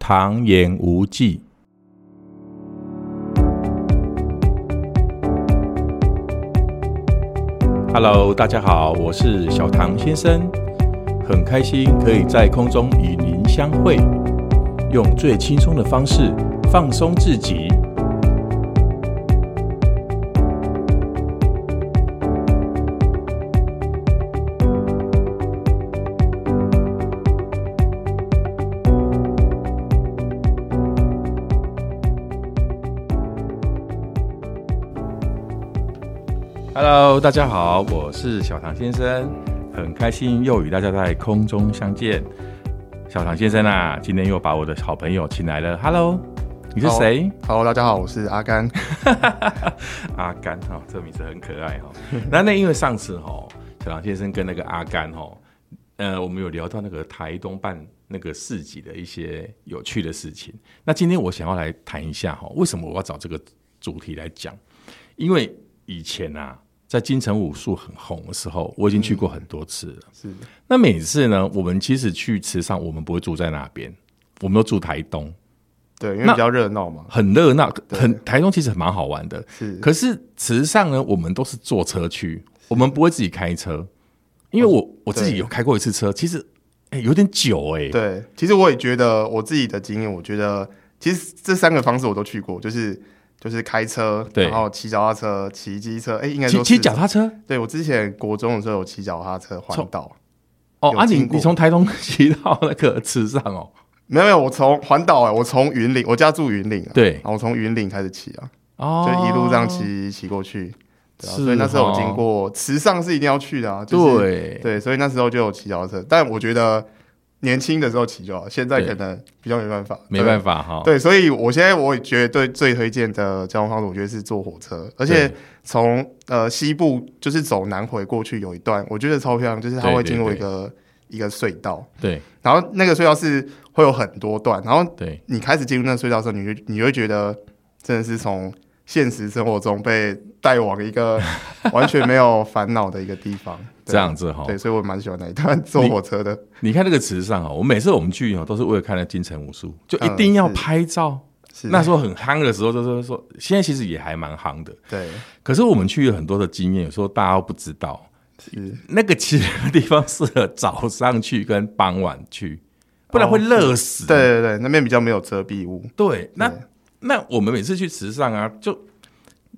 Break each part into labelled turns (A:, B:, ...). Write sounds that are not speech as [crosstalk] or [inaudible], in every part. A: 旁言无忌。Hello，大家好，我是小唐先生，很开心可以在空中与您相会，用最轻松的方式放松自己。Hello，大家好，我是小唐先生，很开心又与大家在空中相见。小唐先生啊，今天又把我的好朋友请来了。Hello，你是谁？
B: Hello，大家好，我是阿甘。
A: 阿甘哈、这名字很可爱哈、 [laughs] 那那因为上次哈、小唐先生跟那个阿甘哈、呃，我们有聊到那个台东办那个市集的一些有趣的事情。那今天我想要来谈一下哈、为什么我要找这个主题来讲？因为以前啊，在金城武术很红的时候，我已经去过很多次了。
B: [laughs] 是
A: 那每次呢，我们其实去池上，我们不会住在那边，我们都住台东，
B: 对，因为
A: 那
B: 比较热闹嘛。
A: 很热闹，
B: 对
A: 很台东其实蛮好玩的。
B: 是，
A: 可是池上呢，我们都是坐车去，我们不会自己开车，因为我我自己
B: 哦对
A: 有开过一次车，其实哎、有点久哎、
B: 对，其实我也觉得我自己的经验，我觉得其实这三个方式我都去过，就是就是开车，
A: 对
B: 然后骑脚踏车、骑机车，哎、应该
A: 骑
B: 说
A: 骑
B: 是
A: 脚。踏车
B: 对我之前国中的时候有骑脚踏车环岛，
A: 哦
B: 有
A: 啊你，
B: 经
A: 你
B: 过
A: 从台东 [laughs] 骑到那个池上哦，
B: [laughs] 没有没有，我从环岛哎，我从云岭，我家住云岭啊，
A: 对
B: 然后我从云岭开始骑啊，
A: 哦
B: 就，一路这样，骑骑过去。对啊，
A: 是
B: 所以那时候有
A: 哦
B: 经过池上是一定要去的啊，就是、
A: 对
B: 对，所以那时候就有骑脚踏车，但我觉得年轻的时候骑就好，现在
A: 对
B: 可能比较没办法，
A: 没办
B: 法。
A: 法哈、
B: 对，所以我现在我也觉得对最推荐的交通方式，我觉得是坐火车，而且
A: 对
B: 从呃西部就是走南回过去有一段，我觉得超漂亮，就是它
A: 对
B: 会
A: 对
B: 经过一
A: 对
B: 个一个隧道，
A: 对
B: 然后那个隧道是会有很多段，然后
A: 对
B: 你开始进入那个隧道的时候，你就你就会觉得真的是从现实生活中被带往
A: [laughs]
B: 一个完全没有烦恼的一个地方，对
A: 这样子哈、
B: 对，所以我蛮喜欢那一段 [laughs] 坐火车的。
A: 你看那个池上哦，我每次我们去哦，都是为了看那金城武术，就一定要
B: 嗯是
A: 拍照。
B: 是
A: 那时候很夯的时候，就是说现在其实也还蛮夯的。
B: 对，
A: 可是我们去了很多的经验，有时候大家都不知道，
B: 是
A: 那个骑的地方适合早上去跟傍晚去，不然会热死。
B: 对对对，那边比较没有遮蔽物。
A: 哦对，那那我们每次去池上啊，就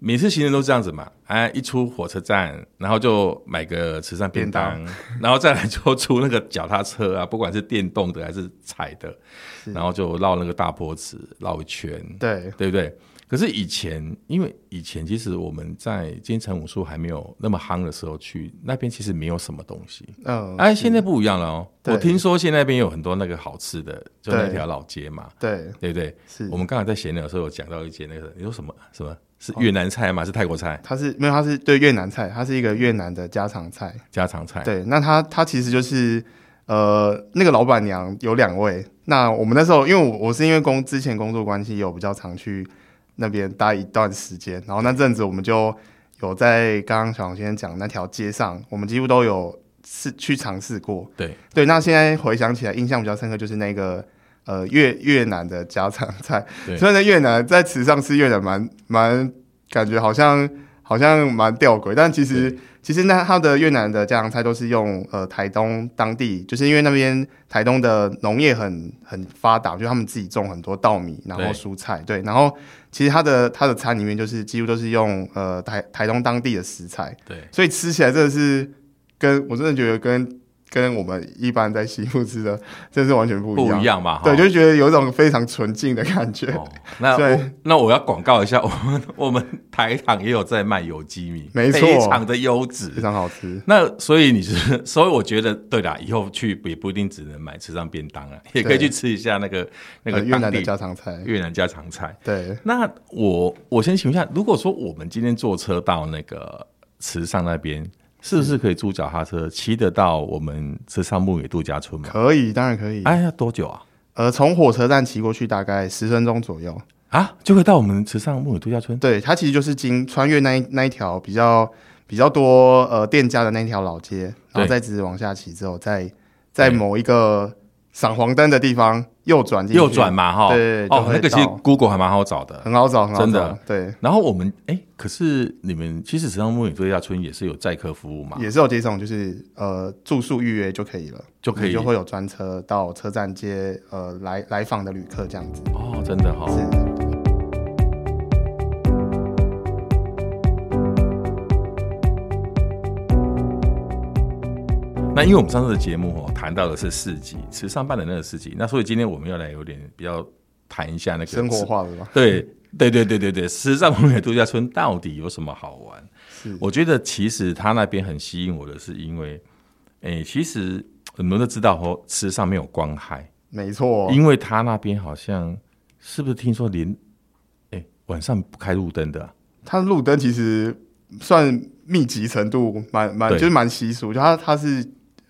A: 每次行程都这样子嘛，哎，一出火车站，然后就买个池上便当，然后再来就出那个脚踏车啊，不管是电动的还是踩的，
B: 是
A: 然后就绕那个大坡池绕一圈，
B: 对，
A: 对不对？可是以前，因为以前其实我们在金城武术还没有那么夯的时候去那边，其实没有什么东西。
B: 嗯，
A: 哎，现在不一样了哦。
B: 对
A: 我听说现在那边有很多那个好吃的，就那
B: 对
A: 条老街嘛，
B: 对，
A: 对不对？
B: 是
A: 我。们刚才在闲聊的时候有讲到一些那个，你说什么什么是
B: 哦
A: 越南菜吗？是泰国菜、
B: 它是没有，它是对越南菜，它是一个越南的家常菜。
A: 家常菜？
B: 对，那它它其实就是呃，那个老板娘有两位。那我们那时候，因为我我是因为工之前工作关系，有比较常去那边待一段时间，然后那阵子我们就有在刚刚小黄先生讲那条街上，我们几乎都有试去尝试过。
A: 对
B: 对，那现在回想起来，印象比较深刻就是那个呃越越南的家常菜 [laughs]
A: 对。
B: 虽然在越南，在池上吃越南蛮蛮感觉好像好像蛮吊诡，但其实其实那它的越南的家常菜都是用呃台东当地，就是因为那边台东的农业很很发达，就他们自己种很多稻米，然后
A: 对
B: 蔬菜，对，然后其实它的它的餐里面就是几乎都是用呃台台东当地的食材。
A: 对
B: 所以吃起来真的是跟我真的觉得跟跟我们一般在西部吃的真的是完全不一
A: 不
B: 样。
A: 一样嘛？
B: 对，
A: 哈
B: 就觉得有一种非常纯净的感觉。
A: 哦，
B: [laughs]
A: 那我
B: 对
A: 那我要广告一下， [laughs] 我们我们台糖也有在卖有机米，
B: 没错
A: 非常的优
B: 非
A: 质。
B: 常好吃。
A: 那所以你是， [laughs] 所以我觉得对啦，以后去也不一定只能买吃上便当了，啊也可以去吃一下那个那个
B: 呃越
A: 当
B: 南
A: 地
B: 的家常菜，
A: 越南家常菜。
B: 对，
A: 那我我先请问一下，如果说我们今天坐车到那个池上那边，是不是可以租脚踏车骑得到我们池上牧野度假村吗？
B: 可以，当然可以。
A: 哎，要多久嗯啊？
B: 呃，从火车站骑过去大概十分钟左右。
A: 啊，就会到我们池上牧野度假村？
B: 对，它其实就是经穿越那一那一条比较比较多呃店家的那条老街，然后
A: 对
B: 再直直往下骑之后，再在某一个闪黄灯的地方右转进去，
A: 右转嘛哈，
B: 对
A: 哦，
B: 就会
A: 那个其实
B: 到
A: Google 还蛮好找的。
B: 很好找，很好找，
A: 真的
B: 对，
A: 然后我们哎，可是你们其实时尚木影度假村也是有载客服务嘛，
B: 也是有这种就是呃住宿预约就可以了，
A: 就可以
B: 你就会有专车到车站接呃来来访的旅客这样子，
A: 哦，真的哈、
B: 是。
A: 那因为我们上次的节目哦，谈到的是市集，时尚办的那个市集，那所以今天我们要来有点比较谈一下那个
B: 生活化的吧？
A: [laughs] 对对对对对对，时尚公园度假村到底有什么好玩？
B: 是
A: 我觉得其实它那边很吸引我的，是因为，诶，其实很多人都知道哦，时尚没有光害，
B: 没错，
A: 因为它那边好像是不是听说连，诶晚上不开路灯的啊、
B: 它的路灯其实算密集程度蛮蛮，
A: 对
B: 就是蛮稀疏，就它它是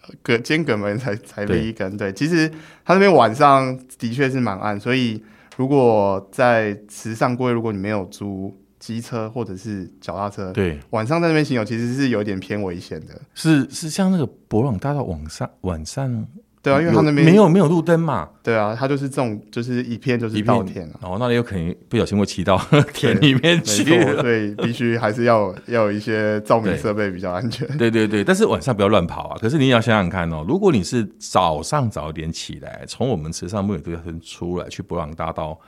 B: 呃隔间隔门才才
A: 对
B: 立一根。对，其实它那边晚上的确是蛮暗，所以如果在池上贵，如果你没有租机车或者是脚踏车，
A: 对，
B: 晚上在那边行走其实是有点偏危险的。
A: 是是像那个博朗大道晚上晚上，
B: 对啊，因为
A: 有
B: 它那边
A: 没有没有路灯嘛，
B: 对啊，它就是这种就是一片就是
A: 一片
B: 稻田啊，
A: 然后那里有可能不小心会骑到 [laughs] 田里面
B: 没
A: 去
B: 错，
A: 了。
B: 所以必须还是要要有一些照明
A: 对
B: 设备比较
A: [laughs]
B: 安全。
A: 对对对，但是晚上不要乱跑啊！可是你要想想看哦，如果你是早上早点起来，从我们池上木野度假村出来去博朗大道，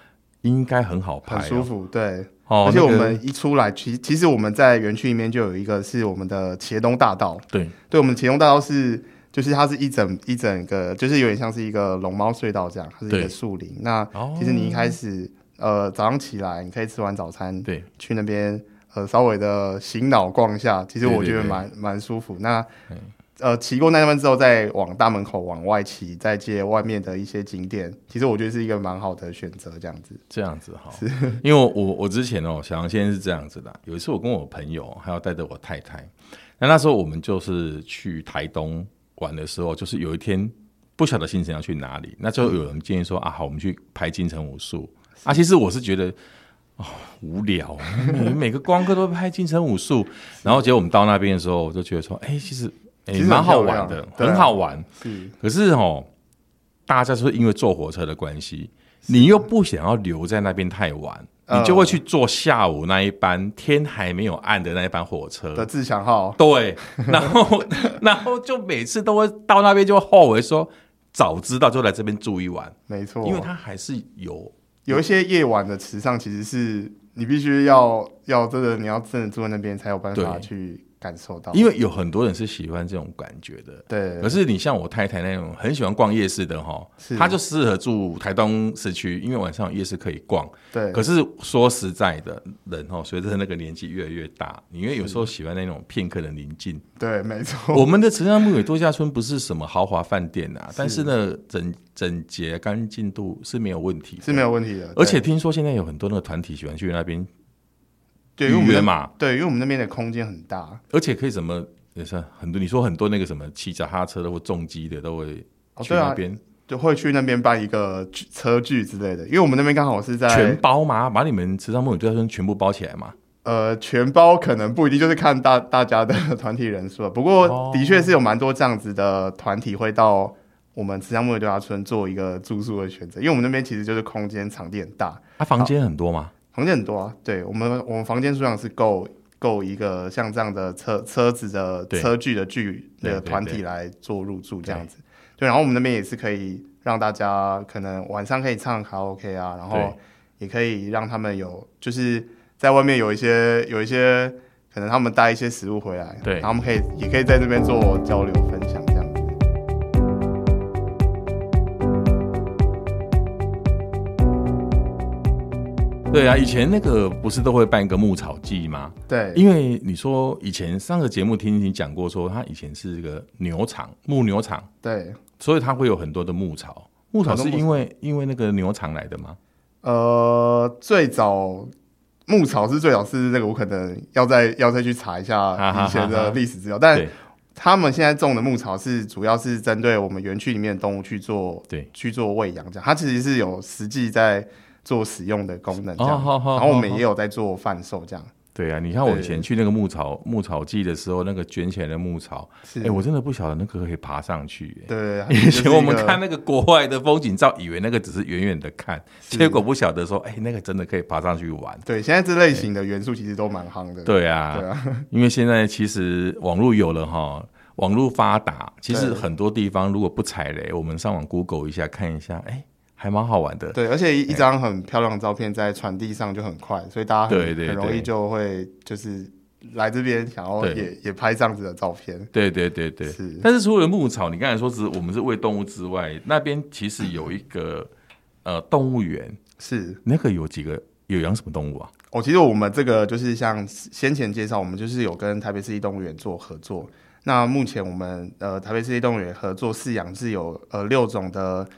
A: 应该很好拍、
B: 很
A: 哦，
B: 舒服，对。
A: 哦。
B: 而且
A: 那
B: 我
A: 个
B: 们一出来，其其实我们在园区里面就有一个是我们的茄东大道，
A: 对
B: 对，我们茄东大道是就是它是一整一整个，就是有点像是一个龙猫隧道这样，它是一
A: 对
B: 个树林。那
A: 哦
B: 其实你一开始呃早上起来，你可以吃完早餐，
A: 对，
B: 去那边呃稍微的醒脑逛一下，其实
A: 对对
B: 我觉得
A: 对嗯
B: 蛮蛮舒服。那呃骑过那边之后，再往大门口往外骑，再接外面的一些景点，其实我觉得是一个蛮好的选择，这样子。
A: 这样子哈、因为我我我之前哦，小杨先生是这样子的。有一次我跟我朋友还有带着我太太，那那时候我们就是去台东玩的时候，就是有一天不晓得行程要去哪里，那就有人建议说啊，好，我们去拍金城武术啊。其实我是觉得。哦，无聊、啊，每每个光哥都拍金城武术，然后结果我们到那边的时候，我就觉得说，哎、其实哎
B: 其实很
A: 蛮、好
B: 漂亮
A: 玩的，
B: 对啊
A: 很好玩。
B: 是
A: 可是哦，大家是因为坐火车的关系，你又不想要留在那边太晚，
B: 呃
A: 你就会去坐下午那一班天还没有暗的那一班火车
B: 的。自强号。
A: 对， [laughs] 然后然后就每次都会到那边就会后悔说，早知道就来这边住一晚，
B: 没错，
A: 因为它还是有
B: 有一些夜晚的池上其实是你必须要要真的你要真的住在那边才有办法
A: 对
B: 去感受到，
A: 因为有很多人是喜欢这种感觉的。
B: 哦对
A: 可是你像我太太那种很喜欢逛夜市的哈
B: 是，
A: 她就适合住台东市区，因为晚上有夜市可以逛。
B: 对
A: 可是说实在的，人哦，随着那个年纪越来越大，你因为有时候喜欢那种片刻的宁静。
B: 对没错，
A: 我们的池上木野度假村不是什么豪华饭店
B: [laughs]
A: 呐、但是呢，整整洁干净度是没有问题的
B: 是没有问题的，
A: 而且
B: 对
A: 听说现在有很多那个团体喜欢去那边
B: 对，因为我
A: 预
B: 们
A: 约
B: 那
A: 嘛，
B: 对，因为我们那边的空间很大，
A: 而且可以什么也是很多，你说很多那个什么骑脚踏车的或重机的都会
B: 哦
A: 去
B: 对啊
A: 那边、
B: 就会去那边办一个聚车聚之类的，因为我们那边刚好
A: 全
B: 是在
A: 包嘛，把你们池上木野度假村全部包起来嘛。
B: 呃全包，可能不一定就是看大大家的 [laughs] 团体人数了，啊不
A: 哦
B: 过的确是有蛮多这样子的团体会到。我们池上木的度假村做一个住宿的选择，因为我们那边其实就是空间场地很大，
A: 它、啊房间很多嘛，
B: 房间很多啊，对我们我们房间数量是够够一个像这样的车车子的
A: 对
B: 车距的距
A: 对
B: 的
A: 对
B: 团体来做入住这样子。对，然后我们那边也是可以让大家可能晚上可以唱卡拉 OK 啊，然
A: 对
B: 后也可以让他们有就是在外面有一些有一些可能他们带一些食物回来，
A: 对
B: 然后我们可以也可以在这边做交流分享这样子。哦
A: 对啊，以前那个不是都会办一个牧草季吗？
B: 对，
A: 因为你说以前上个节目听你讲过说，它以前是一个牛场牧牛场，
B: 对，
A: 所以它会有很多的牧草。牧草
B: 很多
A: 是
B: 牧
A: 因为因为那个牛场来的吗？
B: 呃，最早牧草是最早是这个，我可能要再要再去查一
A: 哈哈
B: 下以前
A: 哈哈
B: 的历史资料，但
A: 对
B: 他们现在种的牧草是主要是针对我们园区里面的动物去做
A: 对
B: 去做喂养，这样它其实是有实际在做使用的功能这样，
A: 哦好好
B: 然后我
A: 好
B: 们
A: 好
B: 也有在做贩售这样，
A: 对啊，你看我以
B: 对
A: 前去那个牧草牧草季的时候，那个卷起来的牧草，
B: 是，
A: 哎、我真的不晓得那个可以爬上去、 [laughs] 哎
B: 对，
A: 以前我们
B: 就是一个
A: 看那个国外的风景照，以为那个只是远远的看，
B: 是
A: 结果不晓得说，哎、那个真的可以爬上去玩。
B: 对，现在这类型的元素其实都蛮夯的。
A: 对啊，
B: 对啊， [laughs]
A: 因为现在其实网络有了哈，网络发达，其实
B: 对
A: 很多地方如果不踩雷，我们上网 Google 一下看一下，哎、还蛮好玩的。
B: 对，而且一一张很漂亮的照片在传递上就很快，所以大家很
A: 对对
B: 很容
A: 对
B: 易就会就是来这边想要
A: 对
B: 也也拍这样子的照片。
A: 对对对对
B: 是
A: 但是除了牧草，你刚才说只我们是喂动物之外，那边其实有一
B: [coughs]
A: 个呃动物园，
B: 是，
A: 那个有几个有养什么动物啊？
B: 哦，其实我们这个就是像先前介绍，我们就是有跟台北市立动物园做合作。那目前我们呃台北市立动物园合作饲养是有呃六种的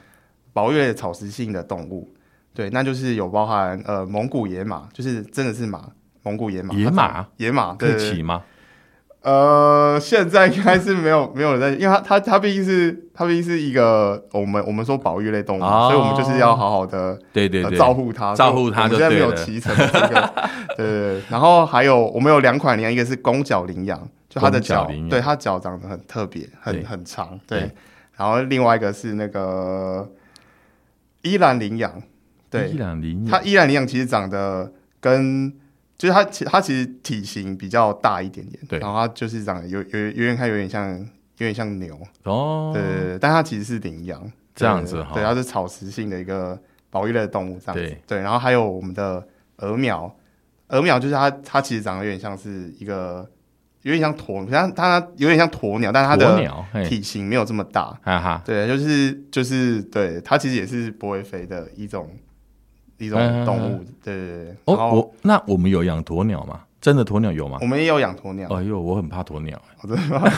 B: 保育类草食性的动物，对，那就是有包含呃蒙古野马，就是真的是马，蒙古野马，
A: 野马，
B: 野马，
A: 可
B: 对
A: 以
B: 啊对对
A: 骑吗？
B: 呃，现在应该是没有没有人在，因为它它它毕竟是它毕竟是一个我们我们说保育类动物，
A: 哦
B: 所以我们就是要好好的
A: 对对对，
B: 照顾它，
A: 照顾它
B: 所以
A: 就
B: 我们现在没有
A: 对了
B: 骑乘这
A: [laughs]
B: 个，对对对。然后还有我们有两款羚羊，一个是公角羚羊，就它的
A: 公角
B: 脚
A: 羚，羊
B: 对它脚长得很特别，
A: 对
B: 很很长，
A: 对
B: 对。然后另外一个是那个伊兰羚羊，对
A: 伊，朗羚羊
B: 它伊兰羚羊其实长得跟就是它其它其实体型比较大一点点，
A: 对
B: 然后它就是长得有有有点看有点像有点像牛，
A: 哦，
B: 对对对，但它其实是羚羊，
A: 这样子哈
B: 对，啊它是草食性的一个保育类的动物，这样子
A: 对，
B: 对，然后还有我们的鹅苗，鹅苗就是它它其实长得有点像是一个有点像鸵，像它有点像鸵鸟，但是它
A: 鸵
B: 的
A: 鸟，哎嘿，
B: 体型没有这么大，
A: 哈哈，
B: 对，就是就是对，它其实也是不会飞的一种一
A: 嗯
B: 种动物，对对对。然
A: 哦，
B: 后
A: 我那我们有养鸵鸟吗？真的鸵鸟有吗
B: 我？们也有养鸵鸟，哦
A: 哎呦，我很怕鸵鸟。 [laughs]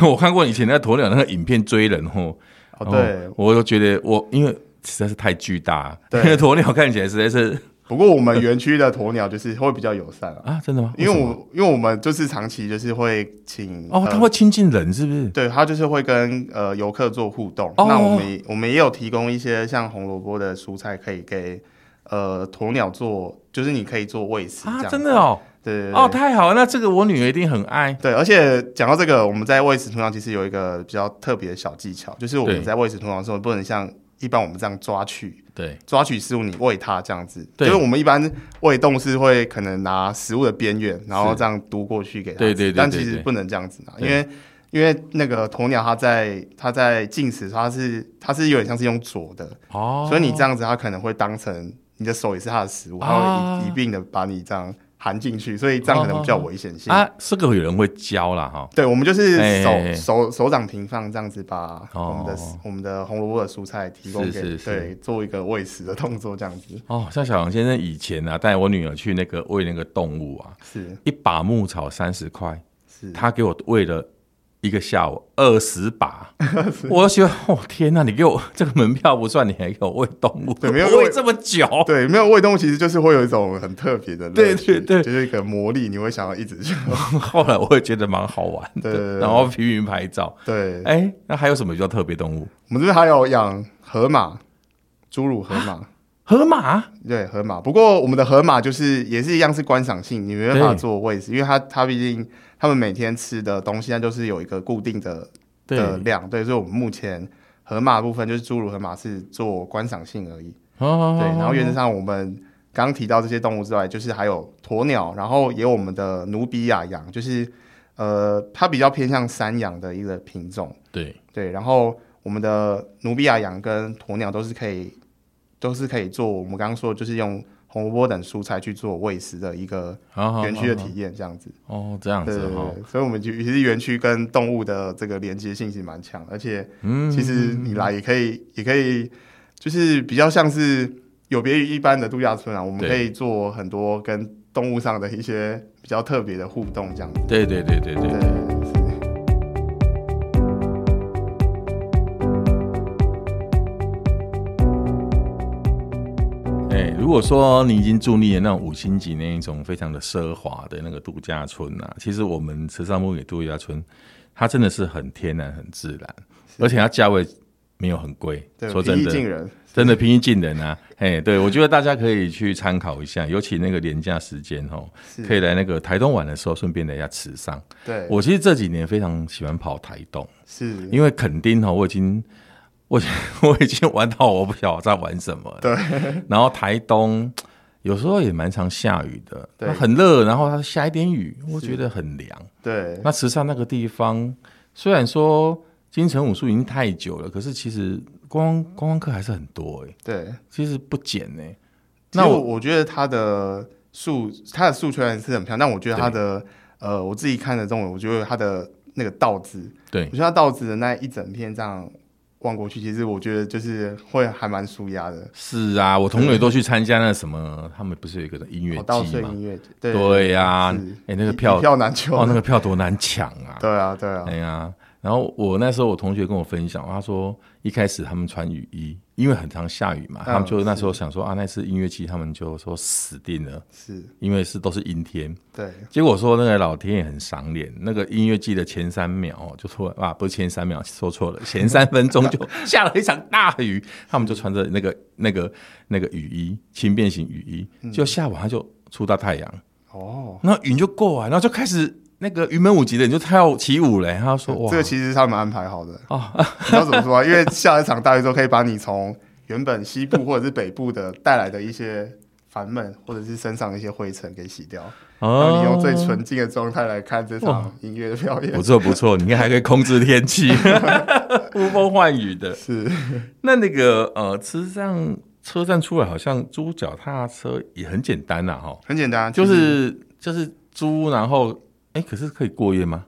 A: 我看过以前那鸵鸟那个影片追人哦，
B: 哦
A: 然后
B: 对，
A: 我都觉得我因为实在是太巨大，
B: 对
A: 那个 [laughs] 鸵鸟看起来实在是
B: 不过我们园区的鸵鸟就是会比较友善啊，
A: 啊，真的吗？
B: 因为
A: 什么
B: 我因为我们就是长期就是会请
A: 哦，它
B: 呃
A: 会亲近人是不是？
B: 对，它就是会跟呃游客做互动。
A: 哦
B: 那我们也我们也有提供一些像红萝卜的蔬菜，可以给呃鸵鸟做，就是你可以做喂食这样
A: 啊，
B: 子。
A: 真的哦，
B: 对对对
A: 哦，太好了，那这个我女儿一定很爱。
B: 对，而且讲到这个，我们在喂食鸵鸟其实有一个比较特别的小技巧，就是我
A: 对
B: 们在喂食鸵鸟的时候，不能像一般我们这样抓取
A: 对
B: 抓取食物，你喂它这样子。
A: 对
B: 就是我们一般喂动物是会可能拿食物的边缘，然后这样嘟过去给它吃。
A: 对对对
B: 但
A: 对
B: 其实
A: 对
B: 不能这样子拿，
A: 对
B: 因为因为那个鸵鸟它在它在进食的时候，它是它是有点像是用啄的，
A: 哦，
B: 所以你这样子，它可能会当成你的手也是它的食物，它
A: 啊
B: 会一一并的把你这样含进去，所以这样可能比较有危险性。
A: 啊，这个有人会教啦哈。
B: 对，我们就是手、
A: 哎哎哎
B: 手手掌平放这样子，把我们的、
A: 哦
B: 我们的红萝卜的蔬菜提供给
A: 是是是
B: 对做一个喂食的动作，这样子
A: 哦，像小杨先生以前啊，带我女儿去那个喂那个动物啊，
B: 是
A: 一把牧草三十块，
B: 是
A: 他给我喂了一个下午二十把，我就觉得哦天哪、你给我这个门票不算，你还给我喂动物，
B: 对没有
A: 我喂
B: 喂
A: 这么久， [laughs]
B: 对，没有喂动物，其实就是会有一种很特别的乐
A: 对
B: 趣
A: 对对
B: 就是一个魔力，你会想要一直
A: [laughs]
B: 去
A: 后来我也觉得蛮好玩
B: 对对
A: 的，
B: 对
A: 然后批评拍照。
B: 对。
A: 哎、那还有什么比较特别动物？
B: 我们这边还有养河马，侏儒河
A: 啊
B: 马，
A: 河马
B: 对河马。不过我们的河马就是也是一样是观赏性，你没办法
A: 对
B: 做喂食，因为它它毕竟它们每天吃的东西，它就是有一个固定的
A: 对
B: 的量，对，所以我们目前河马的部分就是侏儒河马是做观赏性而已，
A: 哦
B: 对。然后原则上我们刚刚提到这些动物之外，就是还有鸵鸟，然后也有我们的努比亚羊，就是呃，它比较偏向山羊的一个品种，
A: 对
B: 对。然后我们的努比亚羊跟鸵鸟都是可以，都是可以做我们刚刚说的就是用红萝卜等蔬菜去做喂食的一个
A: 啊
B: 园区的体验，这样子。
A: 哦，这样
B: 对
A: 子
B: 对
A: 哈，
B: 对，所以我们就其实园区跟动物的这个连接性是蛮强的，而且
A: 嗯
B: 其实你来也可以，也可以就是比较像是有别于一般的度假村啊，我们
A: 对
B: 可以做很多跟动物上的一些比较特别的互动，这样子。
A: 对对对对对
B: 对，
A: 哎、如果说你已经住腻了那种五星级那一种非常的奢华的那个度假村啊，其实我们池上牧野度假村，它真的是很天然、很自然，而且它价位没有很贵。
B: 对，
A: 说
B: 平
A: 真
B: 易
A: 的，
B: 近人，
A: 真的平易近人啊！哎，对我觉得大家可以去参考一下，尤其那个廉价时间哦，
B: 是
A: 可以来那个台东玩的时候，顺便来一下池上。
B: 对，
A: 我其实这几年非常喜欢跑台东，
B: 是
A: 因为垦丁哦，我已经我已经我已经玩到我不晓得我在玩什么。对， [laughs] 然后台东有时候也蛮常下雨的，
B: 对
A: 它很热，然后它下一点雨，我觉得很凉。
B: 对，
A: 那池上那个地方，虽然说金城武术已经太久了，可是其实观光观光客还是很多哎、
B: 对。
A: 其实不减哎、
B: 那
A: 那
B: 我
A: 我
B: 我觉得它的树，它的树虽然是很漂亮，但我觉得它的呃，我自己看的中文，我觉得它的那个稻子，
A: 对
B: 我觉得它稻子的那一整片这样望过去，其实我觉得就是会还蛮舒压的。
A: 是啊，我同学都去参加那什么，他们不是有一个音乐
B: 哦，稻
A: 季
B: 穗
A: 嘛？
B: 音乐节，对
A: 对呀、啊，
B: 是
A: 哎、那个
B: 一
A: 票
B: 一票难求，
A: 哦，那个票多难抢
B: [laughs]
A: 啊！
B: 对啊，对啊，
A: 哎呀，然后我那时候我同学跟我分享，他说一开始他们穿雨衣，因为很常下雨嘛，
B: 嗯
A: 他们就是那时候想说啊，那次音乐季他们就说死定了，
B: 是，
A: 因为是都是阴天。
B: 对，
A: 结果说那个老天也很赏脸，那个音乐季的前三秒哦，就突然啊，不是前三秒说错了，前三分钟就下了一场大雨，他们就穿着那个那个那个雨衣，轻便型雨衣，就下晚他就出大太阳，
B: 哦，
A: 那云就过来，然后就开始那个云门舞集的人就跳起舞嘞，他说哇
B: 这，个其实是他们安排好的
A: 哦，
B: 你知道怎么说啊？因为下一场大雨之后，可以把你从原本西部或者是北部的带来的一些烦闷，或者是身上的一些灰尘给洗掉。让你用最
A: 哦
B: 纯净的状态来看这场音乐的表演
A: 不。错不错，你看还可以控制天
B: [laughs]
A: 气，呼风唤雨的。
B: 是，
A: 那那个呃，车站车站出来好像租脚踏车也很简单呐、哈，
B: 很简单，
A: 就
B: 啊其实
A: 是就是租，然后哎、可是可以过夜吗？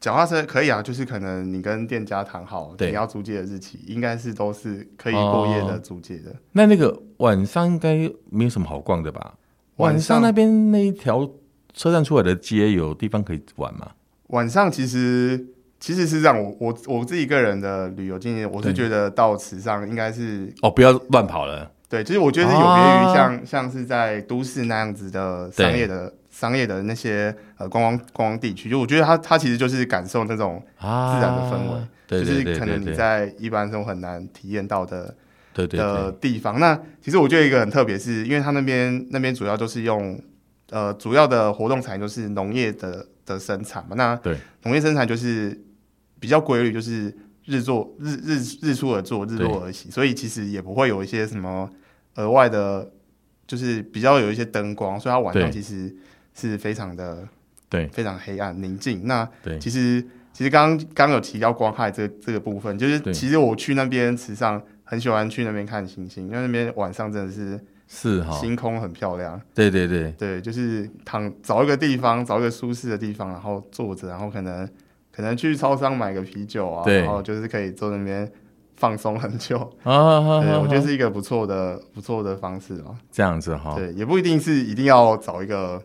B: 脚踏车可以啊，就是可能你跟店家谈好
A: 对
B: 你要租借的日期，应该是都是可以过夜的租借的。
A: 那那个晚上应该没有什么好逛的吧？晚
B: 晚上
A: 上那边那一条车站出来的街有地方可以玩吗？
B: 晚上其实其实是这样，我我我自己个人的旅游经验，我是
A: 对
B: 觉得到池上应该是
A: 哦，不要乱跑了。
B: 对，就是我觉得是有别
A: 啊
B: 于像、像是在都市那样子的商业的商业的那些呃观光观光地区，就我觉得它它其实就是感受那种
A: 啊，
B: 自然的氛围，
A: 对对
B: 就
A: 对
B: 是可
A: 对
B: 能你
A: 对，
B: 在一般生活很难体验到的
A: 对对
B: 的
A: 对，
B: 地方。那其实我觉得一个很特别是，因为它那边那边主要就是用呃主要的活动产业就是农业的的生产嘛。那
A: 对
B: 农业生产就是比较规律，就是日作日日日出而作，日落而息，所以其实也不会有一些什么额外的，就是比较有一些灯光，所以它晚上
A: 对
B: 其实是非常的
A: 对
B: 非常黑暗宁静。那
A: 对
B: 其实其实刚刚刚有提到光害这这个部分，就是
A: 对
B: 其实我去那边池上很喜欢去那边看星星，因为那边晚上真的是
A: 是哈，
B: 星空很漂亮。
A: 对对对，
B: 对，就是躺找一个地方，找一个舒适的地方，然后坐着，然后可能可能去超商买个啤酒啊，
A: 对
B: 然后就是可以坐那边放松
A: [laughs]
B: 很久。
A: 啊啊，
B: 对，
A: 啊
B: 我觉
A: 啊
B: 得是一个不错的不错的方式啊。
A: 这样子哈，
B: 对，也不一定是一定要找一个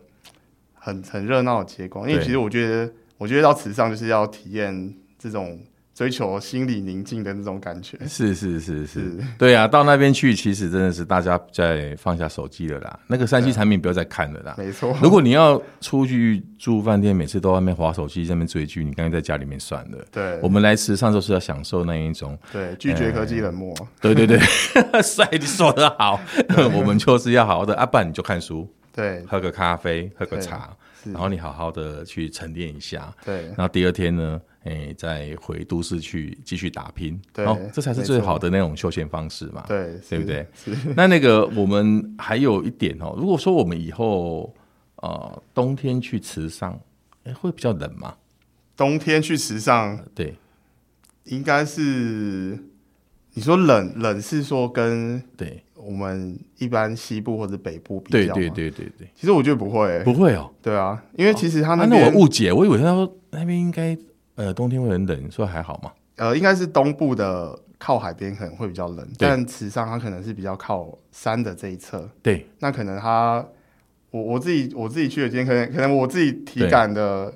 B: 很很热闹的街光，因为
A: 对
B: 其实我觉得，我觉得到池上就是要体验这种追求心理宁静的那种感觉。
A: 是是是是
B: 是，
A: 对啊，到那边去其实真的是大家在放下手机了啦，那个三 C
B: 对啊
A: 产品不要再看了啦。
B: 没
A: [laughs]
B: 错，
A: 如果你要出去住饭店，每次都在外面划手机，在那边追剧，你干脆在家里面算了。
B: 对
A: 我们来时尚就是要享受那一种，
B: 对，拒绝科技冷漠，
A: 对
B: [laughs]
A: 对对，帅你说的好，我们就是要好好的，啊，不然你就看书，
B: 对
A: 喝个咖啡，喝个茶，
B: 是
A: 然后你好好的去沉淀一下，
B: 对
A: 然后第二天呢，哎，再回都市去继续打拼，
B: 对
A: 哦，这才是
B: 没
A: 最
B: 错
A: 好的那种休闲方式嘛。
B: 对，
A: 对不
B: 是？
A: 对？那那个我们还有一点哦，如果说我们以后呃冬天去池上，哎会比较冷嘛？
B: 冬天去池上
A: 对
B: 应该是，你说冷冷是说跟
A: 对
B: 我们一般西部或者北部比
A: 对
B: 较吗
A: 对，对对对，
B: 其实我觉得不会、
A: 不会哦。
B: 对啊，因为其实他
A: 啊
B: 那
A: 那
B: 边、
A: 我误解，我以为他说那边应该呃冬天会很冷，所以还好嘛。
B: 呃，应该是东部的靠海边可能会比较冷，
A: 对
B: 但池上它可能是比较靠山的这一侧，
A: 对
B: 那可能它我我自己我自己去的今天，可能可能我自己体感的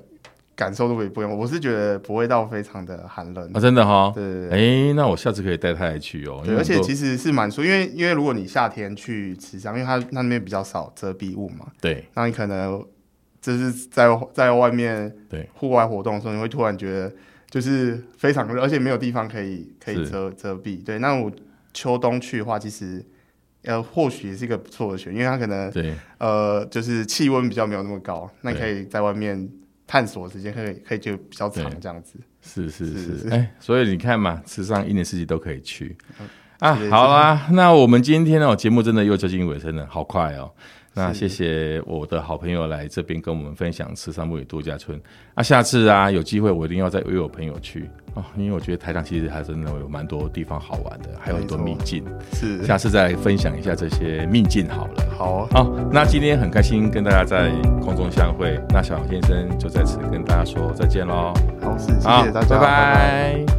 B: 感受度也不一样，我是觉得不会到非常的寒冷，
A: 啊，真的哈、
B: 对对对。
A: 哎，那我下次可以带太太去哦。因
B: 对，
A: 为
B: 而且
A: 我
B: 其实是蛮舒，因为因为如果你夏天去池上，因为它那边比较少遮蔽物嘛，
A: 对
B: 那你可能就是在在外面
A: 对
B: 户外活动的时候，你会突然觉得就是非常热，而且没有地方可以可以遮遮蔽。对，那我秋冬去的话，其实呃或许也是一个不错的选，因为它可能
A: 对，
B: 呃就是气温比较没有那么高，那
A: 对
B: 可以在外面探索的时间可以可以就比较长
A: 对
B: 这样子。
A: 是是
B: 是
A: 是，
B: 是
A: 哎、所以你看嘛，池上一年四季都可以去啊
B: 是。
A: 好啦，那我们今天哦，节目真的又接近尾声了，好快哦。那谢
B: 是
A: 谢我的好朋友来这边跟我们分享池上木语度假村啊，下次啊有机会我一定要再约我朋友去哦，因为我觉得台上其实还真的有蛮多地方好玩的，还有很多
B: 没错
A: 秘境，
B: 是，
A: 下次再来分享一下这些秘境好了。
B: 好，哦
A: 好，那今天很开心跟大家在空中相会，那小杨先生就在此跟大家说再见喽。
B: 好，是，谢
A: 好，
B: 谢大家，
A: 拜
B: 拜
A: 拜